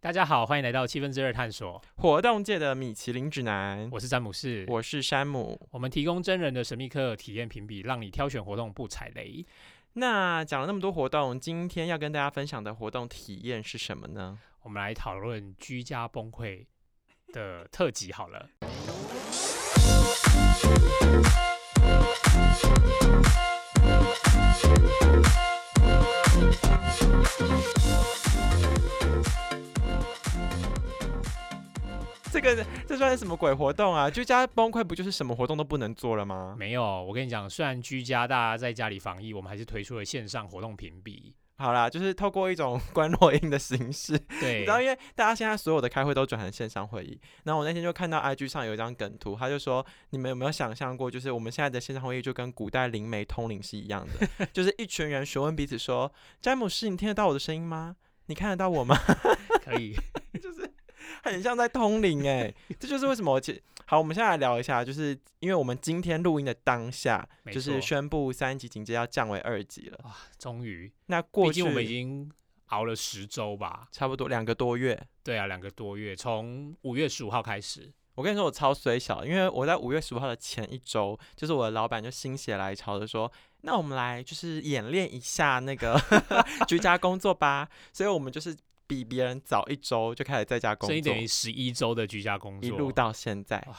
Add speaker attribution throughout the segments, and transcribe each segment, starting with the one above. Speaker 1: 大家好，欢迎来到七分之二探索，
Speaker 2: 活动界的米其林指南，
Speaker 1: 我是詹姆士。
Speaker 2: 嗯我是山姆。
Speaker 1: 我们提供真人的神秘客体验评比，让你挑选活动不踩雷。
Speaker 2: 那讲了那么多活动，今天要跟大家分享的活动体验是什么呢？
Speaker 1: 我们来讨论居家崩溃的特辑好 了。
Speaker 2: 这个这算是什么鬼活动啊？居家崩溃不就是什么活动都不能做了吗？
Speaker 1: 没有，我跟你讲，虽然居家大家在家里防疫，我们还是推出了线上活动评比。
Speaker 2: 好啦，就是透过一种 观落音的形式，
Speaker 1: 对
Speaker 2: 你知，道，因为大家现在所有的开会都转成线上会议。然后我那天就看到 IG 上有一张梗图，他就说：你们有没有想象过，就是我们现在的线上会议就跟古代灵媒通灵是一样的， 就是一群人询问彼此说：詹姆士，你听得到我的声音吗？你看得到我吗？
Speaker 1: 可以，
Speaker 2: 很像在通灵哎、这就是为什么我其好，我们现在来聊一下，就是因为我们今天录音的当下，
Speaker 1: 没
Speaker 2: 就
Speaker 1: 错
Speaker 2: 是宣布三级警戒要降为二级了。
Speaker 1: 终于，
Speaker 2: 那
Speaker 1: 毕
Speaker 2: 过去
Speaker 1: 竟我们已经熬了十周吧？
Speaker 2: 差不多两个多月，
Speaker 1: 对啊，两个多月，从五月十五号开始。
Speaker 2: 我跟你说我超衰小，因为我在五月十五号的前一周，就是我的老板就心血来潮的说。那我们来就是演练一下那个 居家工作吧，所以我们就是比别人早一周就开始在家工
Speaker 1: 所以
Speaker 2: 作
Speaker 1: 等，于十一周的居家工作，
Speaker 2: 一路到现在。
Speaker 1: 哇，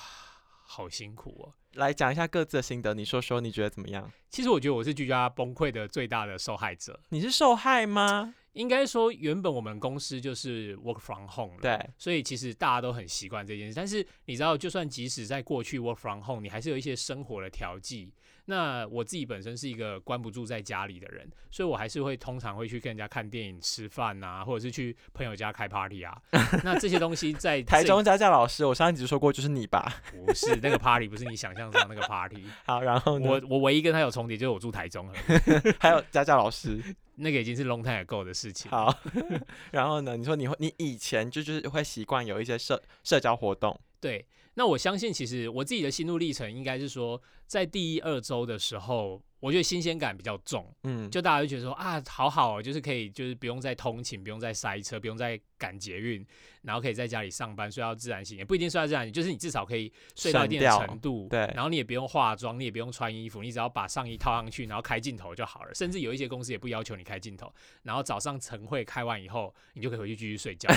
Speaker 1: 好辛苦哦。
Speaker 2: 来讲一下各自的心得，你说说你觉得怎么样？
Speaker 1: 其实我觉得我是居家崩溃的最大的受害者。
Speaker 2: 你是受害吗？
Speaker 1: 应该说，原本我们公司就是 work from home 了，
Speaker 2: 对，
Speaker 1: 所以其实大家都很习惯这件事。但是你知道，就算即使在过去 work from home，你还是有一些生活的调剂。那我自己本身是一个关不住在家里的人，所以我还是会通常会去跟人家看电影、吃饭啊，或者是去朋友家开 party 啊。那这些东西在
Speaker 2: 台
Speaker 1: 这
Speaker 2: 中家教老师，我上一集说过就是你吧？
Speaker 1: 不是那个 party，不是你想象中的那个 party。
Speaker 2: 好，然后呢
Speaker 1: 我？我唯一跟他有重叠就是我住台中而已，
Speaker 2: 还有家教老 师，
Speaker 1: 那个已经是 long time ago 的事情。
Speaker 2: 好。 然后呢？你说你会，你以前就就是会习惯有一些社社交活动，
Speaker 1: 对，那我相信，其实我自己的心路历程应该是说，在第一二周的时候，我觉得新鲜感比较重，
Speaker 2: 嗯，
Speaker 1: 就大家就觉得说啊，好好哦，就是可以，就是不用再通勤，不用再塞车，不用再赶捷运，然后可以在家里上班，睡到自然醒，也不一定睡到自然醒，就是你至少可以睡到一
Speaker 2: 省
Speaker 1: 定的
Speaker 2: 掉
Speaker 1: 程度，
Speaker 2: 对
Speaker 1: 然后你也不用化妆，你也不用穿衣服，你只要把上衣套上去，然后开镜头就好了。甚至有一些公司也不要求你开镜头，然后早上晨会开完以后，你就可以回去继续睡觉。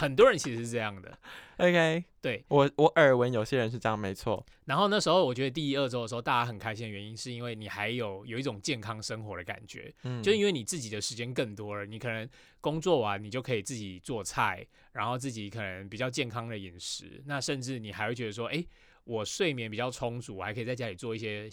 Speaker 1: 很多人其实是这样的，
Speaker 2: OK。
Speaker 1: 对。
Speaker 2: 我我耳闻有些人是这样，没错，
Speaker 1: 然后那时候我觉得第一二周的时候，大家很开心的原因，是因为你还有有一种健康生活的感觉，
Speaker 2: 嗯，
Speaker 1: 就是因为你自己的时间更多了，你可能工作完你就可以自己做菜，然后自己可能比较健康的饮食，那甚至你还会觉得说，哎，我睡眠比较充足，我还可以在家里做一些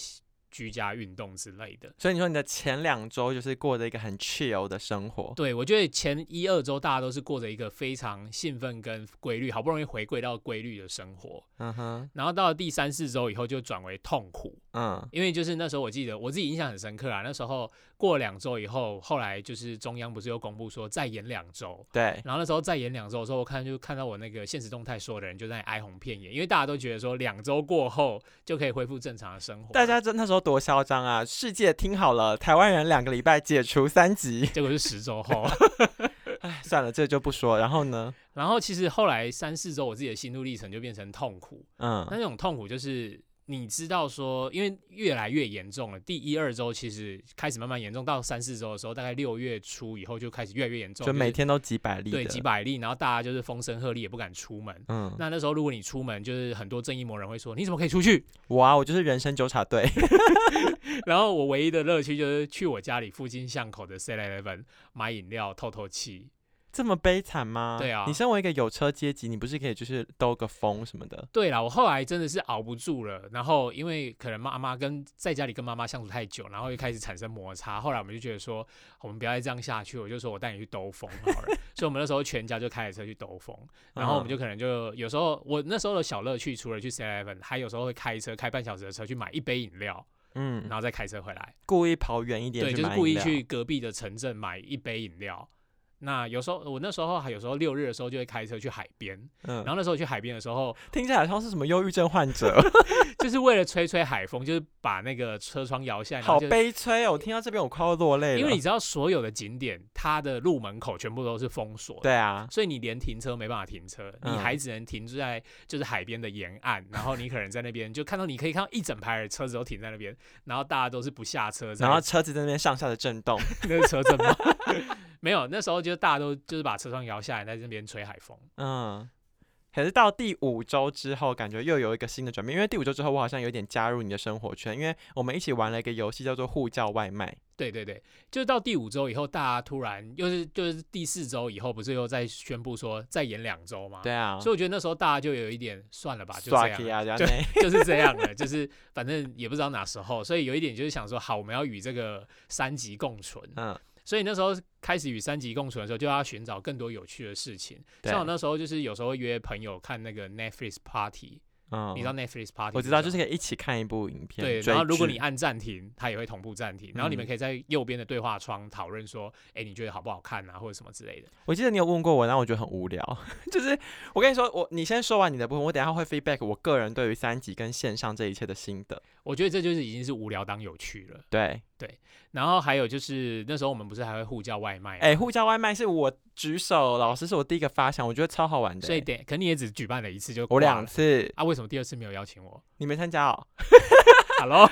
Speaker 1: 居家运动之类的。
Speaker 2: 所以你说你的前两周就是过着一个很 chill 的生活，
Speaker 1: 对，我觉得前一二周大家都是过着一个非常兴奋跟规律，好不容易回归到规律的生活，
Speaker 2: 嗯哼，
Speaker 1: 然后到了第三四周以后就转为痛苦，
Speaker 2: 嗯，
Speaker 1: 因为就是那时候我记得我自己印象很深刻啊，那时候过了两周以后，后来就是中央不是又公布说再延两周。
Speaker 2: 对，
Speaker 1: 然后那时候再延两周的时候，我看就看到我那个现实动态，所有的人就在哀鸿遍野，因为大家都觉得说两周过后就可以恢复正常的生活。
Speaker 2: 大家真那时候多嚣张啊！世界听好了，台湾人两个礼拜解除三级，
Speaker 1: 结果是十周后，
Speaker 2: 哎，算了，这就不说。然后呢，
Speaker 1: 然后其实后来三四周，我自己的心路历程就变成痛苦。那
Speaker 2: 嗯，
Speaker 1: 那种痛苦就是你知道说，因为越来越严重了，第一二周其实开始慢慢严重，到三四周的时候，大概六月初以后就开始越来越严重，
Speaker 2: 就每
Speaker 1: 是
Speaker 2: 天都几百例的，
Speaker 1: 对，几百例，然后大家就是风声鹤唳，也不敢出门。
Speaker 2: 嗯，
Speaker 1: 那那时候，如果你出门，就是很多正义魔人会说你怎么可以出去？
Speaker 2: 我啊，我就是人生纠察队，
Speaker 1: 然后我唯一的乐趣就是去我家里附近巷口的 Seven Eleven 买饮料透透气。
Speaker 2: 这么悲惨吗？
Speaker 1: 对啊
Speaker 2: 你身为一个有车阶级，你不是可以就是兜个风什么的？
Speaker 1: 对啦，我后来真的是熬不住了，然后因为可能妈妈跟在家里跟妈妈相处太久，然后又开始产生摩擦。后来我们就觉得说，我们不要再这样下去，我就说我带你去兜风好了。 所以我们那时候全家就开着车去兜风，然
Speaker 2: 嗯
Speaker 1: 后我们就可能就有时候我那时候的小乐趣，除了去 Seven，还有时候会开车开半小时的车去买一杯饮料，
Speaker 2: 嗯，
Speaker 1: 然后再开车回来。
Speaker 2: 故意跑远一点
Speaker 1: 对，
Speaker 2: 去
Speaker 1: 就是
Speaker 2: 买
Speaker 1: 故
Speaker 2: 饮
Speaker 1: 意
Speaker 2: 料
Speaker 1: 去隔壁的城镇买一杯饮料。那有时候我那时候还有时候六日的时候就会开车去海边，
Speaker 2: 嗯，
Speaker 1: 然后那时候去海边的时候，
Speaker 2: 听起来好像是什么忧郁症患者，
Speaker 1: 就是为了吹吹海风，就是把那个车窗摇下来，然后
Speaker 2: 好哦
Speaker 1: 就
Speaker 2: 悲催哦！我听到这边我快要落泪了。
Speaker 1: 因为你知道所有的景点它的入门口全部都是封锁的。
Speaker 2: 对 啊，
Speaker 1: 所以你连停车没办法停车，你
Speaker 2: 嗯
Speaker 1: 还只能停在就是海边的沿岸，然后你可能在那边就看到你可以看到一整排的车子都停在那边，然后大家都是不下车在，
Speaker 2: 然后车子在那边上下的震动，
Speaker 1: 那是车震吗？ 没有，那时候就大家都就是把车窗摇下来，在那边吹海风。
Speaker 2: 嗯。可是到第五周之后，感觉又有一个新的转变，因为第五周之后，我好像有点加入你的生活圈，因为我们一起玩了一个游戏叫做互叫外卖。
Speaker 1: 对对对，就是到第五周以后，大家突然又是就是第四周以后，不是又在宣布说再延两周吗？、
Speaker 2: 对啊，
Speaker 1: 所以我觉得那时候大家就有一点算了吧，就这
Speaker 2: 刷
Speaker 1: 样
Speaker 2: 起。啊，这样
Speaker 1: 对
Speaker 2: 内
Speaker 1: 就是这样了，就是反正也不知道哪时候，所以有一点就是想说，好，我们要与这个三级共存。
Speaker 2: 嗯，
Speaker 1: 所以那时候开始与三级共存的时候，就要寻找更多有趣的事情。
Speaker 2: 对
Speaker 1: 像我那时候就是有时候会约朋友看那个 Netflix party，、
Speaker 2: 嗯，
Speaker 1: 你知道 Netflix party？
Speaker 2: 我知道，
Speaker 1: 是
Speaker 2: 就
Speaker 1: 什
Speaker 2: 是
Speaker 1: 么。
Speaker 2: 可以一起看一部影片。
Speaker 1: 对，
Speaker 2: 追
Speaker 1: 然后如果
Speaker 2: 剧
Speaker 1: 你按暂停，它也会同步暂停，然后你们
Speaker 2: 嗯
Speaker 1: 可以在右边的对话窗讨论说，哎、你觉得好不好看啊，或者什么之类的。
Speaker 2: 我记得你有问过我，然后我觉得很无聊。 就是我跟你说，我你先说完你的部分，我等一下会 feedback 我个人对于三级跟线上这一切的心得。
Speaker 1: 我觉得这就是已经是无聊当有趣了。
Speaker 2: 对，
Speaker 1: 然后还有就是那时候我们不是还会互叫外卖吗，
Speaker 2: 哎、互叫外卖是我举手，老师是我第一个发想，我觉得超好玩的、
Speaker 1: 所以得，可你也只举办了一次就
Speaker 2: 我
Speaker 1: 挂
Speaker 2: 两
Speaker 1: 了
Speaker 2: 次，
Speaker 1: 啊？为什么第二次没有邀请我
Speaker 2: 你没参 加哦？
Speaker 1: ？Hello，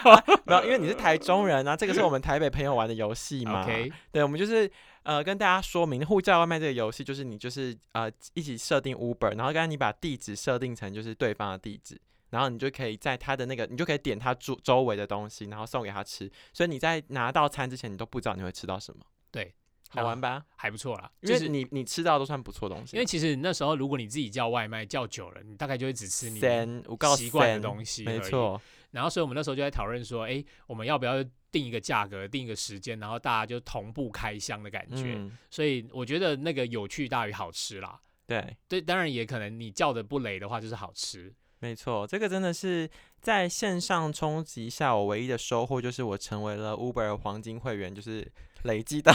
Speaker 2: 没有，因为 你是台中人啊，这个是我们台北朋友玩的游戏嘛。
Speaker 1: OK，
Speaker 2: 对，我们就是呃跟大家说明互叫外卖这个游戏，就是你就是呃一起设定 Uber，然后刚刚你把地址设定成就是对方的地址，然后你就可以在他的那个你就可以点他周周围的东西，然后送给他吃。所以你在拿到餐之前，你都不知道你会吃到什么。
Speaker 1: 对，
Speaker 2: 好玩吧？
Speaker 1: 还不错啦。
Speaker 2: 因
Speaker 1: 就
Speaker 2: 为
Speaker 1: 是
Speaker 2: 你你吃到都算不错的东西
Speaker 1: 啊因
Speaker 2: 嘛。
Speaker 1: 为其实那时候如果你自己叫外卖叫久了，你大概就会只吃你
Speaker 2: 三我告
Speaker 1: 习惯的
Speaker 2: 三
Speaker 1: 东西，
Speaker 2: 没。错，
Speaker 1: 然后所以我们那时候就在讨论说，哎，我们要不要定一个价格，定一个时间，然后大家就同步开箱的感觉。
Speaker 2: 嗯，
Speaker 1: 所以我觉得那个有趣大于好吃啦。
Speaker 2: 对。
Speaker 1: 对，当然也可能你叫的不雷的话就是好 吃。
Speaker 2: 没错，这个真的是在线上冲击下，我唯一的收获就是我成为了 Uber 黄金会员，就是累积到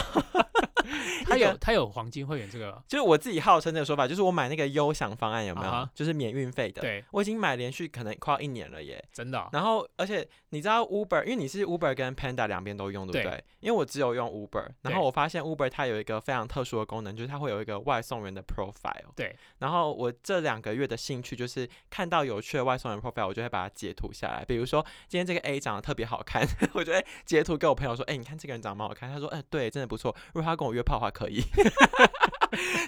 Speaker 1: 它
Speaker 2: 一个
Speaker 1: 有它有黄金会员这个，
Speaker 2: 就是我自己号称这个说法，就是我买那个优享方案有没有
Speaker 1: 啊哈
Speaker 2: 就是免运费的。，
Speaker 1: 对，
Speaker 2: 我已经买连续可能快要一年了耶。
Speaker 1: 真的哦、
Speaker 2: 然后，而且你知道 Uber，因为你是 Uber 跟 Panda 两边都用，对不对？
Speaker 1: 对
Speaker 2: 因为我只有用 Uber，然
Speaker 1: 对
Speaker 2: 后我发现 Uber 它有一个非常特殊的功能，就是它会有一个外送员的 profile。
Speaker 1: 对。
Speaker 2: 然后我这两个月的兴趣就是看到有趣的外送员 profile，我就会把它截图下来。比如说今天这个 A 长得特别好看， 我就会截图给我朋友说：“哎、你看这个人长得蛮好看。”他说：“哎、对，真的不错。如果他跟我约炮的话，可以。”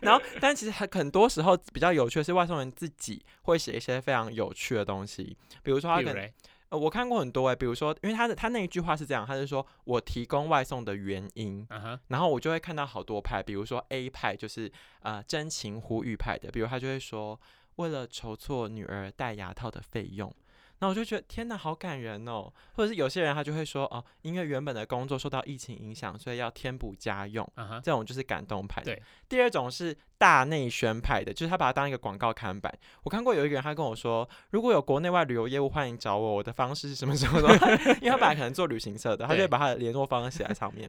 Speaker 2: 然后，但其实很很多时候比较有趣的是，外送员自己会写一些非常有趣的东西，比如说他
Speaker 1: 比
Speaker 2: 可
Speaker 1: 如
Speaker 2: 能
Speaker 1: 嘞，
Speaker 2: 呃，我看过很多哎、比如说，因为他的他那一句话是这样，他是说我提供外送的原因，
Speaker 1: 嗯哼，
Speaker 2: 然后我就会看到好多派，比如说 A 派就是呃真情呼吁派的，比如他就会说为了筹措女儿戴牙套的费用。那我就觉得天哪，好感人哦！或者是有些人他就会说哦，因为原本的工作受到疫情影响，所以要添补家用，
Speaker 1: 嗯哼，
Speaker 2: 这种就是感动派的。
Speaker 1: 对，
Speaker 2: 第二种是大内宣派的，就是他把它当一个广告看板。我看过有一个人，他跟我说，如果有国内外旅游业务，欢迎找我，我的方式是什么什么的， 因为他本来可能做旅行社的，他就
Speaker 1: 对
Speaker 2: 会把他的联络方式写在上面。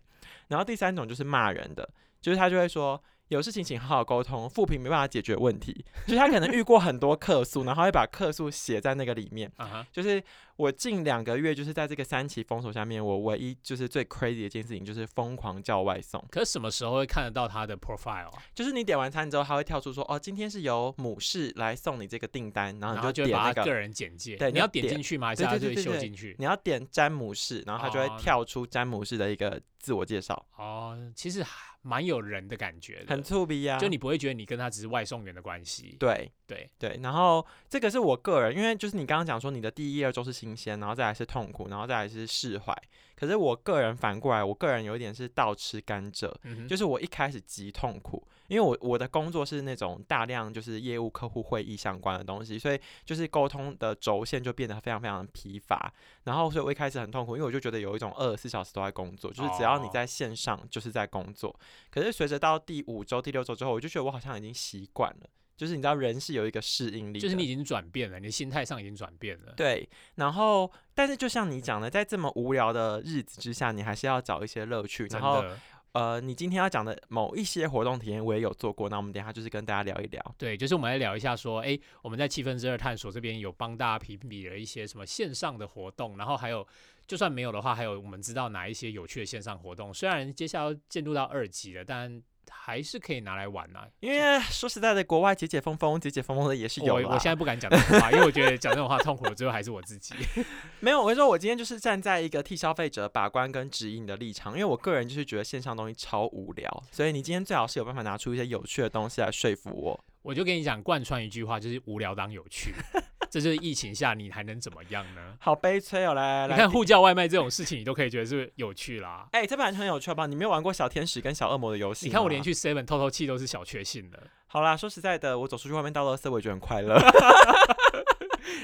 Speaker 2: 然后第三种就是骂人的，就是他就会说。有事情请好好沟通，负评没办法解决问题，就是他可能遇过很多客诉，然后会把客诉写在那个里面。
Speaker 1: 嗯哼，
Speaker 2: 就是我近两个月，就是在这个三期封锁下面，我唯一就是最 crazy 的一件事情，就是疯狂叫外送。
Speaker 1: 可是什么时候会看得到他的 profile 啊？
Speaker 2: 就是你点完餐之后，它会跳出说，哦，今天是由母氏来送你这个订单，然后
Speaker 1: 然
Speaker 2: 你
Speaker 1: 后就
Speaker 2: 就
Speaker 1: 会
Speaker 2: 点
Speaker 1: 把
Speaker 2: 那
Speaker 1: 他个
Speaker 2: 个，
Speaker 1: 人简介，
Speaker 2: 对
Speaker 1: 你
Speaker 2: 你
Speaker 1: 要
Speaker 2: 要
Speaker 1: 点
Speaker 2: 点
Speaker 1: 进去吗？还是
Speaker 2: 对
Speaker 1: 他
Speaker 2: 对
Speaker 1: 就
Speaker 2: 对
Speaker 1: 会
Speaker 2: 对
Speaker 1: 秀
Speaker 2: 对
Speaker 1: 进去？
Speaker 2: 你要点詹姆士，然后它就
Speaker 1: 哦
Speaker 2: 会跳出詹姆士的一个自我介绍，
Speaker 1: 哦，其实还蛮有人的感觉的
Speaker 2: 很，粗鄙呀。
Speaker 1: 就你不会觉得你跟他只是外送员的关系。
Speaker 2: 对
Speaker 1: 对
Speaker 2: 对，然后这个是我个人，因为就是你刚刚讲说你的第一、二周是新鲜，然后再来是痛苦，然后再来是释怀。可是我个人反过来，我个人有一点是倒吃甘蔗，
Speaker 1: 嗯哼，
Speaker 2: 就是是我一开始极痛苦，因为我我的工作是那种大量就是业务客户会议相关的东西，所以就是沟通的轴线就变得非常非常的疲乏。然后所以我一开始很痛苦，因为我就觉得有一种二十四小时都在工作，就是只要你
Speaker 1: 哦
Speaker 2: 在线上就是在工作。可是随着到第五周、第六周之后，我就觉得我好像已经习惯了，就是你知道人是有一个适应力的，
Speaker 1: 就是你已经转变了，你的心态上已经转变了。
Speaker 2: 对，然后但是就像你讲的，在这么无聊的日子之下，你还是要找一些乐趣，
Speaker 1: 真
Speaker 2: 然后
Speaker 1: 的，
Speaker 2: 呃，你今天要讲的某一些活动体验，我也有做过。那我们等一下就是跟大家聊一聊。
Speaker 1: 对，就是我们来聊一下说，哎，我们在气氛之二探索这边有帮大家评比了一些什么线上的活动，然后还有就算没有的话，还有我们知道哪一些有趣的线上活动。虽然接下来要进入到二级了，但还是可以拿来玩啊。
Speaker 2: 因为说实在的，国外解解风风、解解风风的也是有啊
Speaker 1: 我
Speaker 2: 啦
Speaker 1: 我现在不敢讲这种话，因为我觉得讲这种话痛苦的最后还是我自己。
Speaker 2: 没有，我跟你说，我今天就是站在一个替消费者把关跟指引的立场，因为我个人就是觉得线上东西超无聊，所以你今天最好是有办法拿出一些有趣的东西来说服我。
Speaker 1: 我就跟你讲，贯穿一句话就是无聊当有趣， 这就是疫情下你还能怎么样呢？
Speaker 2: 好悲催哦，来
Speaker 1: 你
Speaker 2: 来来
Speaker 1: 看，呼叫外卖这种事情，你都可以觉得是有趣啦。
Speaker 2: 哎、这本来很有趣好不好？你没有玩过小天使跟小恶魔的游戏吗？
Speaker 1: 你看我连去 Seven 透透气都是小确幸的，
Speaker 2: 好啦，说实在的，我走出去外面倒垃圾，我也觉得很 快乐。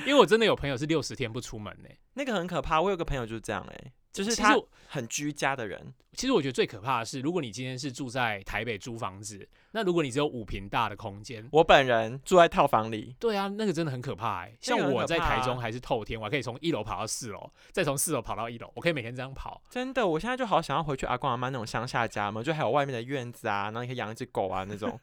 Speaker 1: 因为我真的有朋友是六十天不出门呢、
Speaker 2: 那个很可怕，我有个朋友就是这样、哎，就是
Speaker 1: 其
Speaker 2: 他
Speaker 1: 实我
Speaker 2: 很居家的人，
Speaker 1: 其实我觉得最可怕的是，如果你今天是住在台北租房子，那如果你只有五平大的空间，
Speaker 2: 我本人住在套房里，
Speaker 1: 对啊，那个真的很可怕哎、
Speaker 2: 那
Speaker 1: 像
Speaker 2: 个很
Speaker 1: 我
Speaker 2: 可
Speaker 1: 在
Speaker 2: 怕
Speaker 1: 台
Speaker 2: 啊
Speaker 1: 中还是透天，我还可以从一楼跑到四楼，再从四楼跑到一楼，我可以每天这样跑。
Speaker 2: 真的，我现在就好想要回去阿公阿妈那种乡下家嘛，就还有外面的院子啊，然后你可以养一只狗啊那 种。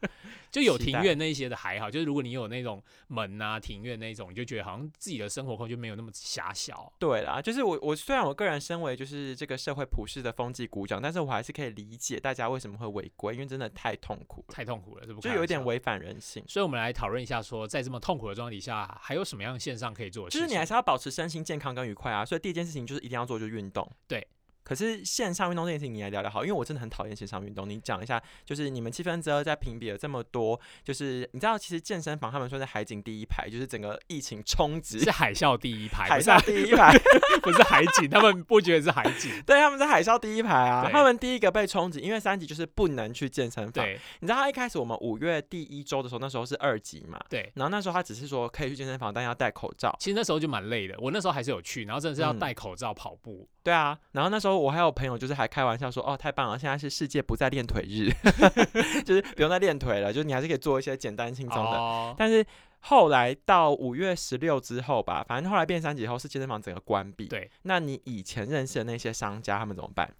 Speaker 1: 就有
Speaker 2: 期
Speaker 1: 庭
Speaker 2: 待
Speaker 1: 院那一些的还好，就是如果你有那种门啊、庭院那一种，你就觉得好像自己的生活空间没有那么狭小。
Speaker 2: 对啦，就是我我虽然我个人身为就是这个社会普世的风纪鼓掌，但是我还是可以理解大家为什么会违规，因为真的太痛苦了，
Speaker 1: 太痛苦了，这不开
Speaker 2: 就有
Speaker 1: 玩
Speaker 2: 一点
Speaker 1: 笑。
Speaker 2: 违反人性。
Speaker 1: 所以，我们来讨论一下说在这么痛苦的状态底下，还有什么样的线上可以做的事
Speaker 2: 就
Speaker 1: 情？
Speaker 2: 是你还是要保持身心健康跟愉快啊，所以第一件事情就是一定要做就是运动。
Speaker 1: 对。
Speaker 2: 可是线上运动这件事情，你来聊聊好，因为我真的很讨厌线上运动。你讲一下，就是你们七分之二在评比了这么多，就是你知道，其实健身房他们说在海景第一排，就是整个疫情冲击
Speaker 1: 是海啸第一排，
Speaker 2: 海
Speaker 1: 不是啊
Speaker 2: 啸第一排，
Speaker 1: 不是海景，他们不觉得是海 景。
Speaker 2: 对，他们在海啸第一排啊，
Speaker 1: 对
Speaker 2: 他们第一个被冲击，因为三级就是不能去健身房。
Speaker 1: 对
Speaker 2: 你知道他一开始我们五月第一周的时候，那时候是二级嘛，
Speaker 1: 对，
Speaker 2: 然后那时候他只是说可以去健身房，但要戴口罩。
Speaker 1: 其实那时候就蛮累的，我那时候还是有去，然后真的是要
Speaker 2: 嗯
Speaker 1: 戴口罩跑步。
Speaker 2: 对啊，然后那时候我还有朋友就是还开玩笑说，哦，太棒了，现在是世界不再练腿日， 就是不用再练腿了，就是你还是可以做一些简单轻松的。
Speaker 1: 哦，
Speaker 2: 但是后来到五月十六之后吧，反正后来变三级以后是健身房整个关闭。
Speaker 1: 对，
Speaker 2: 那你以前认识的那些商家他们怎么办？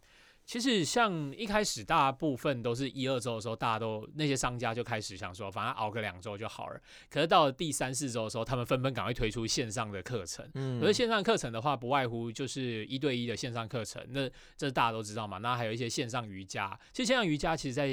Speaker 1: 其实像一开始大部分都是一二周的时候，大家都那些商家就开始想说，反正熬个两周就好了。可是到了第三四周的时候，他们纷纷赶快推出线上的课程。
Speaker 2: 嗯
Speaker 1: 而线上课程的话，不外乎就是一对一的线上课程，那这大家都知道嘛。那还有一些线上瑜伽，其实线上瑜伽其实在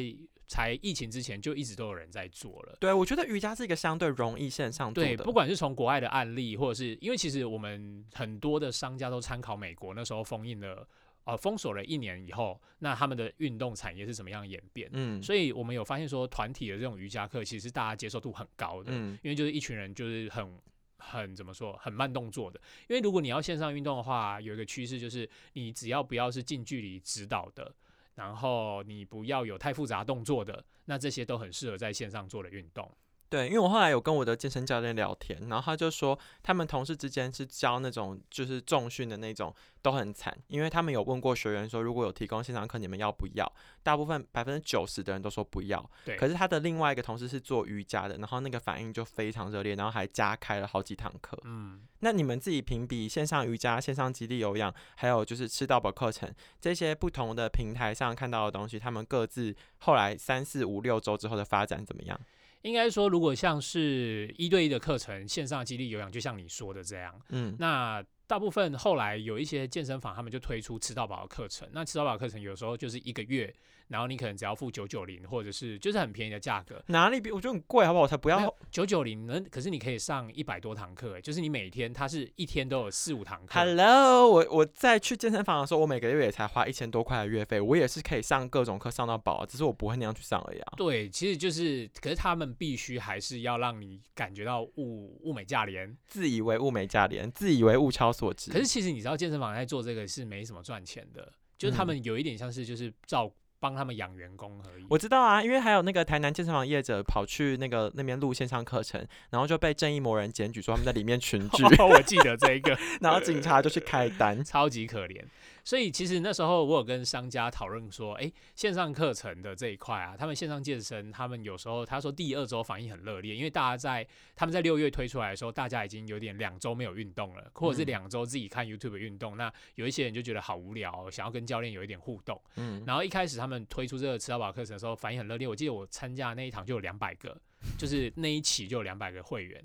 Speaker 1: 才疫情之前就一直都有人在做了。
Speaker 2: 对，我觉得瑜伽是一个相对容易线上做
Speaker 1: 对，
Speaker 2: 的，
Speaker 1: 不管是从国外的案例，或者是因为其实我们很多的商家都参考美国那时候封印了，呃，封锁了一年以后，那他们的运动产业是怎么样演变？
Speaker 2: 嗯
Speaker 1: 所以我们有发现说，团体的这种瑜伽课其实大家接受度很高的，
Speaker 2: 嗯，
Speaker 1: 因为就是一群人就是很。很怎么说，很慢动作的。因为如果你要线上运动的话，有一个趋势就是，你只要不要是近距离指导的，然后你不要有太复杂动作的，那这些都很适合在线上做的运动。
Speaker 2: 对，因为我后来有跟我的健身教练聊天，然后他就说，他们同事之间是教那种就是重训的那种都很惨，因为他们有问过学员说，如果有提供线上课，你们要不要？大部分百分之九十的人都说不要。
Speaker 1: 对
Speaker 2: 可是他的另外一个同事是做瑜伽的，然后那个反应就非常热烈，然后还加开了好几堂课。
Speaker 1: 嗯，
Speaker 2: 那你们自己评比线上瑜伽、线上基地有氧，还有就是吃到饱课程这些不同的平台上看到的东西，他们各自后来三四五六周之后的发展怎么样？
Speaker 1: 应该说，如果像是一对一的课程，线上激励有氧，就像你说的这样，
Speaker 2: 嗯，
Speaker 1: 那大部分后来有一些健身房，他们就推出吃到饱的课程。那吃到饱的课程有时候就是一个月，然后你可能只要付九九零，或者是就是很便宜的价格，
Speaker 2: 哪里比我觉得很贵，好不好？我才不
Speaker 1: 没
Speaker 2: 要
Speaker 1: 有九九零。那可是你可以上一百多堂课、欸，就是你每天它是一天都有四五堂课。
Speaker 2: Hello，我我在去健身房的时候，我每个月也才花一千多块的月费，我也是可以上各种课上到饱，只是我不会那样去上而已啊。
Speaker 1: 对，其实就是，可是他们必须还是要让你感觉到物物美价廉。
Speaker 2: 自以为物美价廉，自以为物超所值。
Speaker 1: 可是其实你知道，健身房在做这个是没什么赚钱的，就是他
Speaker 2: 嗯
Speaker 1: 们有一点像是就是照帮他们养员工而已。
Speaker 2: 我知道啊，因为还有那个台南健身房业者跑去那个那边录线上课程，然后就被正义魔人检举说他们在里面群聚，
Speaker 1: 我记得这一个
Speaker 2: 然后警察就去开 单。
Speaker 1: 超级可怜，所以其实那时候我有跟商家讨论说，诶，线上课程的这一块啊，他们线上健身，他们有时候他说第二周反应很热烈，因为大家在他们在六月推出来的时候，大家已经有点两周没有运动了，或者是
Speaker 2: 嗯
Speaker 1: 两周自己看 YouTube 运动，那有一些人就觉得好无聊哦、想要跟教练有一点互动，
Speaker 2: 嗯，
Speaker 1: 然后一开始他们推出这个吃到饱课程的时候，反应很热烈。我记得我参加的那一堂就有两百个， 就是那一期就有两百个会员。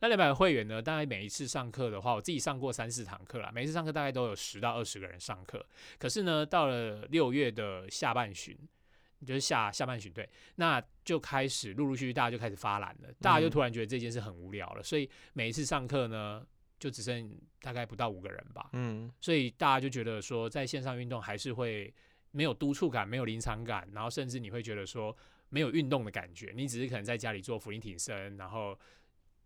Speaker 1: 那两百个会员呢，大概每一次上课的话，我自己上过三四堂课啦，每一次上课大概都有十到二十个人上课。可是呢，到了六月的下半旬，就是下下半旬对，那就开始陆陆续续大家就开始发懒了，大家就
Speaker 2: 嗯
Speaker 1: 突然觉得这件事很无聊了，所以每一次上课呢，就只剩大概不到五个人吧。
Speaker 2: 嗯，
Speaker 1: 所以大家就觉得说，在线上运动还是会没有督促感，没有临场感，然后甚至你会觉得说没有运动的感觉，你只是可能在家里做俯卧挺身，然后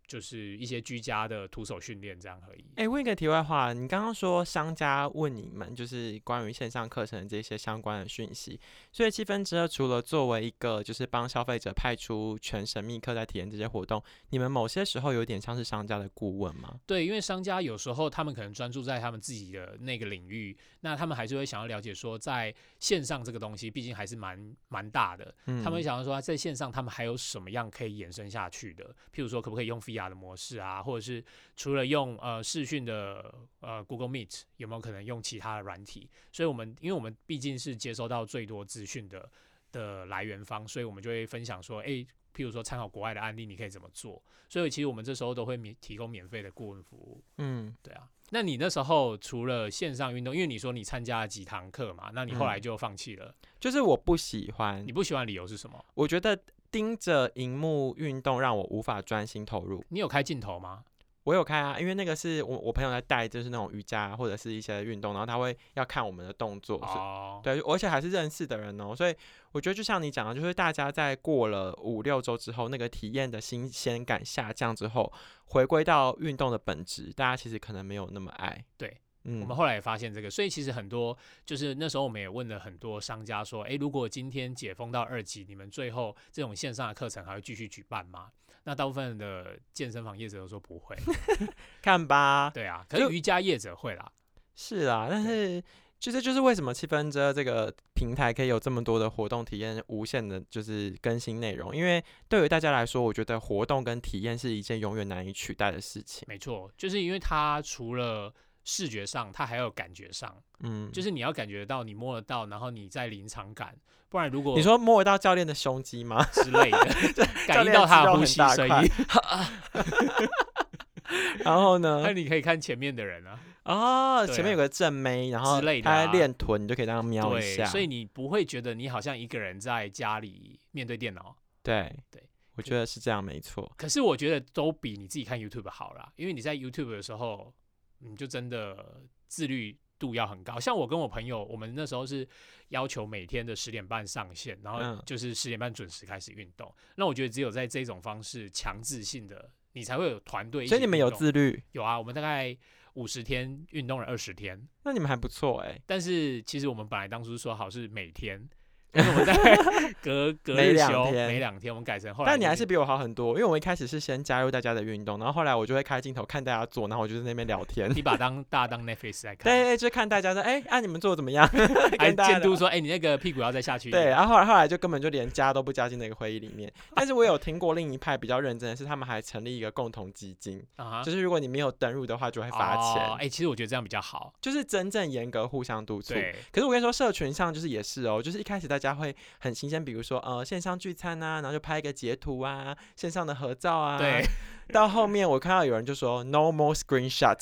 Speaker 1: 就是一些居家的徒手训练这样而已。
Speaker 2: 哎、问一个题外话，你刚刚说商家问你们就是关于线上课程的这些相关的讯息，所以七分之二除了作为一个就是帮消费者派出全神秘客在体验这些活动，你们某些时候有点像是商家的顾问吗？
Speaker 1: 对，因为商家有时候他们可能专注在他们自己的那个领域，那他们还是会想要了解说，在线上这个东西毕竟还是蛮蛮大的，
Speaker 2: 嗯
Speaker 1: 他们会想要说，啊在线上他们还有什么样可以延伸下去的？譬如说，可不可以用 VR 的模式啊，或者是除了用呃视讯的呃 Google Meet，有没有可能用其他的软体？所以我们因为我们毕竟是接收到最多资讯的的来源方，所以我们就会分享说，诶，譬如说参考国外的案例，你可以怎么做？所以其实我们这时候都会免提供免费的顾问服务。
Speaker 2: 嗯，
Speaker 1: 对啊，那你那时候除了线上运动，因为你说你参加了几堂课嘛，那你后来
Speaker 2: 嗯
Speaker 1: 就放弃了，
Speaker 2: 就是我不喜欢
Speaker 1: 你，不喜欢的理由是什么？
Speaker 2: 我觉得盯着荧幕运动让我无法专心投入。
Speaker 1: 你有开镜头吗？
Speaker 2: 我有开啊，因为那个是我我朋友在带，就是那种瑜伽或者是一些运动，然后他会要看我们的动作，所以
Speaker 1: 哦，
Speaker 2: 对，而且还是认识的人哦，所以我觉得就像你讲的，就是大家在过了五六周之后，那个体验的新鲜感下降之后，回归到运动的本质，大家其实可能没有那么爱。
Speaker 1: 对，
Speaker 2: 嗯，
Speaker 1: 我们后来也发现这个，所以其实很多就是那时候我们也问了很多商家说，诶，如果今天解封到二级，你们最后这种线上的课程还会继续举办吗？那大部分的健身房业者都说不 会，
Speaker 2: 看吧，
Speaker 1: 对啊，可是
Speaker 2: 就
Speaker 1: 瑜伽业者会啦，
Speaker 2: 是啦，但是就是就是为什么七分之二这个平台可以有这么多的活动体验，无限的就是更新内容，因为对于大家来说，我觉得活动跟体验是一件永远难以取代的事情。
Speaker 1: 没错，就是因为它除了视觉上，它还有感觉上，
Speaker 2: 嗯，
Speaker 1: 就是你要感觉到你摸得到，然后你在临场感，不然如果
Speaker 2: 你说摸得到教练的胸肌吗？
Speaker 1: 之类的， 感
Speaker 2: 教
Speaker 1: 应
Speaker 2: 练
Speaker 1: 到
Speaker 2: 的肌
Speaker 1: 他的
Speaker 2: 肉
Speaker 1: 呼
Speaker 2: 很
Speaker 1: 吸
Speaker 2: 大
Speaker 1: 声
Speaker 2: 块
Speaker 1: 音，
Speaker 2: 然后呢
Speaker 1: 那？你可以看前面的人啊。
Speaker 2: 哦，
Speaker 1: 对
Speaker 2: 前面
Speaker 1: 啊
Speaker 2: 有个正妹，然后
Speaker 1: 之类的
Speaker 2: 她在
Speaker 1: 啊
Speaker 2: 练臀，你就可以这样瞄一
Speaker 1: 对，
Speaker 2: 下。
Speaker 1: 所以你不会觉得你好像一个人在家里面对电脑。
Speaker 2: 对
Speaker 1: 对
Speaker 2: 我觉得是这样没错。
Speaker 1: 可是我觉得都比你自己看 YouTube 好啦，因为你在 YouTube 的时候，你就真的自律度要很高。像我跟我朋友，我们那时候是要求每天的十点半上线，然后
Speaker 2: 嗯
Speaker 1: 就是十点半准时开始运动。那我觉得只有在这种方式强制性的，你才会有团队一起运动。
Speaker 2: 所以你们有自律，
Speaker 1: 有啊？我们大概五十天运动了二十天。
Speaker 2: 那你们还不错哎、
Speaker 1: 但是其实我们本来当初说好是每天，但是我们 在隔隔
Speaker 2: 每
Speaker 1: 日
Speaker 2: 两
Speaker 1: 休
Speaker 2: 天
Speaker 1: 每两天，我们改成后来就。
Speaker 2: 但你还是比我好很多，因为我一开始是先加入大家的运动，然后后来我就会开镜头看大家做，然后我就在那边聊天。
Speaker 1: 你把当大家当 Netflix 在看，
Speaker 2: 对，就看大家说，哎、啊你们做得怎么样？
Speaker 1: 还
Speaker 2: 跟大家
Speaker 1: 监督
Speaker 2: 聊
Speaker 1: 说，哎、你那个屁股要再下去一
Speaker 2: 对，
Speaker 1: 点。
Speaker 2: 然后后来后来就根本就连加都不加进那个会议里面。但是我有听过另一派比较认真的是，他们还成立一个共同基金，
Speaker 1: 啊哈，
Speaker 2: 就是如果你没有登入的话，就会罚钱。
Speaker 1: 哦哎、其实我觉得这样比较好。
Speaker 2: 就是真正严格互相督促。
Speaker 1: 对，
Speaker 2: 可是我跟你说，社群上就是也是哦，就是一开始大家会很新鲜，比如说呃线上聚餐啊，然后就拍一个截图啊，线上的合照啊。
Speaker 1: 对。
Speaker 2: 到后面我看到有人就说 no more screenshot，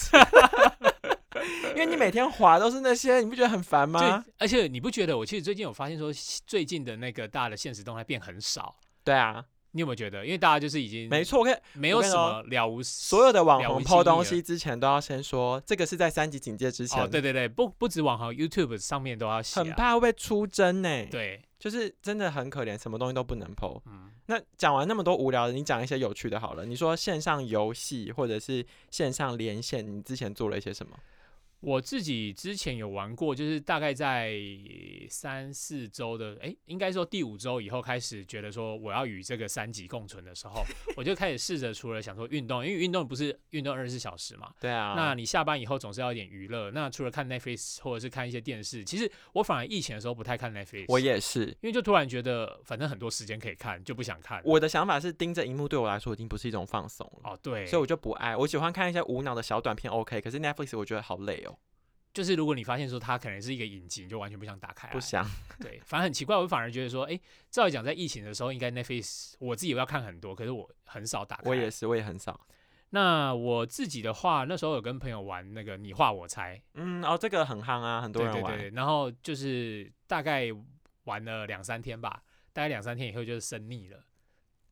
Speaker 2: 因为你每天滑都是那些，你不觉得很烦吗？
Speaker 1: 就而且你不觉得我其实最近有发现说，最近的那个大的现实动态变很少，
Speaker 2: 对啊，
Speaker 1: 你有没有觉得？因为大家就是已经
Speaker 2: 没错，我看
Speaker 1: 没有
Speaker 2: 我跟
Speaker 1: 什
Speaker 2: 你
Speaker 1: 么了无
Speaker 2: 所有的网
Speaker 1: 了无
Speaker 2: 红
Speaker 1: 新意
Speaker 2: 抛东
Speaker 1: 了
Speaker 2: 西之前都要先说这个是在三级警戒之前，
Speaker 1: 哦，对对对，不不止网红 YouTube 上面都要写、
Speaker 2: 很
Speaker 1: 啊，
Speaker 2: 怕会被出征呢。，
Speaker 1: 对，
Speaker 2: 就是真的很可怜，什么东西都不能抛。
Speaker 1: 嗯，
Speaker 2: 那讲完那么多无聊的，你讲一些有趣的好了。你说线上游戏或者是线上连线，你之前做了一些什么？
Speaker 1: 我自己之前有玩过，就是大概在三四周的，哎，应该说第五周以后开始觉得说我要与这个三级共存的时候，我就开始试着除了想说运动，因为运动不是运动二十四小时嘛，
Speaker 2: 对啊
Speaker 1: 那你下班以后总是要有点娱乐。那除了看 Netflix 或者是看一些电视，其实我反而疫情的时候不太看 Netflix，
Speaker 2: 我也是。
Speaker 1: 因为就突然觉得反正很多时间可以看，就不想看。
Speaker 2: 我的想法是，盯着荧幕对我来说已经不是一种放松了，
Speaker 1: 哦，对，
Speaker 2: 所以我就不爱。我喜欢看一些无脑的小短片，OK。可是 Netflix 我觉得好累哦。
Speaker 1: 就是如果你发现说它可能是一个影集，你就完全不想打开来。
Speaker 2: 不想，
Speaker 1: 对，反正很奇怪，我反而觉得说，哎、照理讲在疫情的时候，应该 Netflix 我自己要看很多，可是我很少打开。
Speaker 2: 我也是，我也很少。
Speaker 1: 那我自己的话，那时候有跟朋友玩那个你画我猜，
Speaker 2: 嗯，哦，这个很夯啊，很多
Speaker 1: 对
Speaker 2: 人
Speaker 1: 对
Speaker 2: 玩。
Speaker 1: 对，然后就是大概玩了两三天吧，大概两三天以后就是生腻了。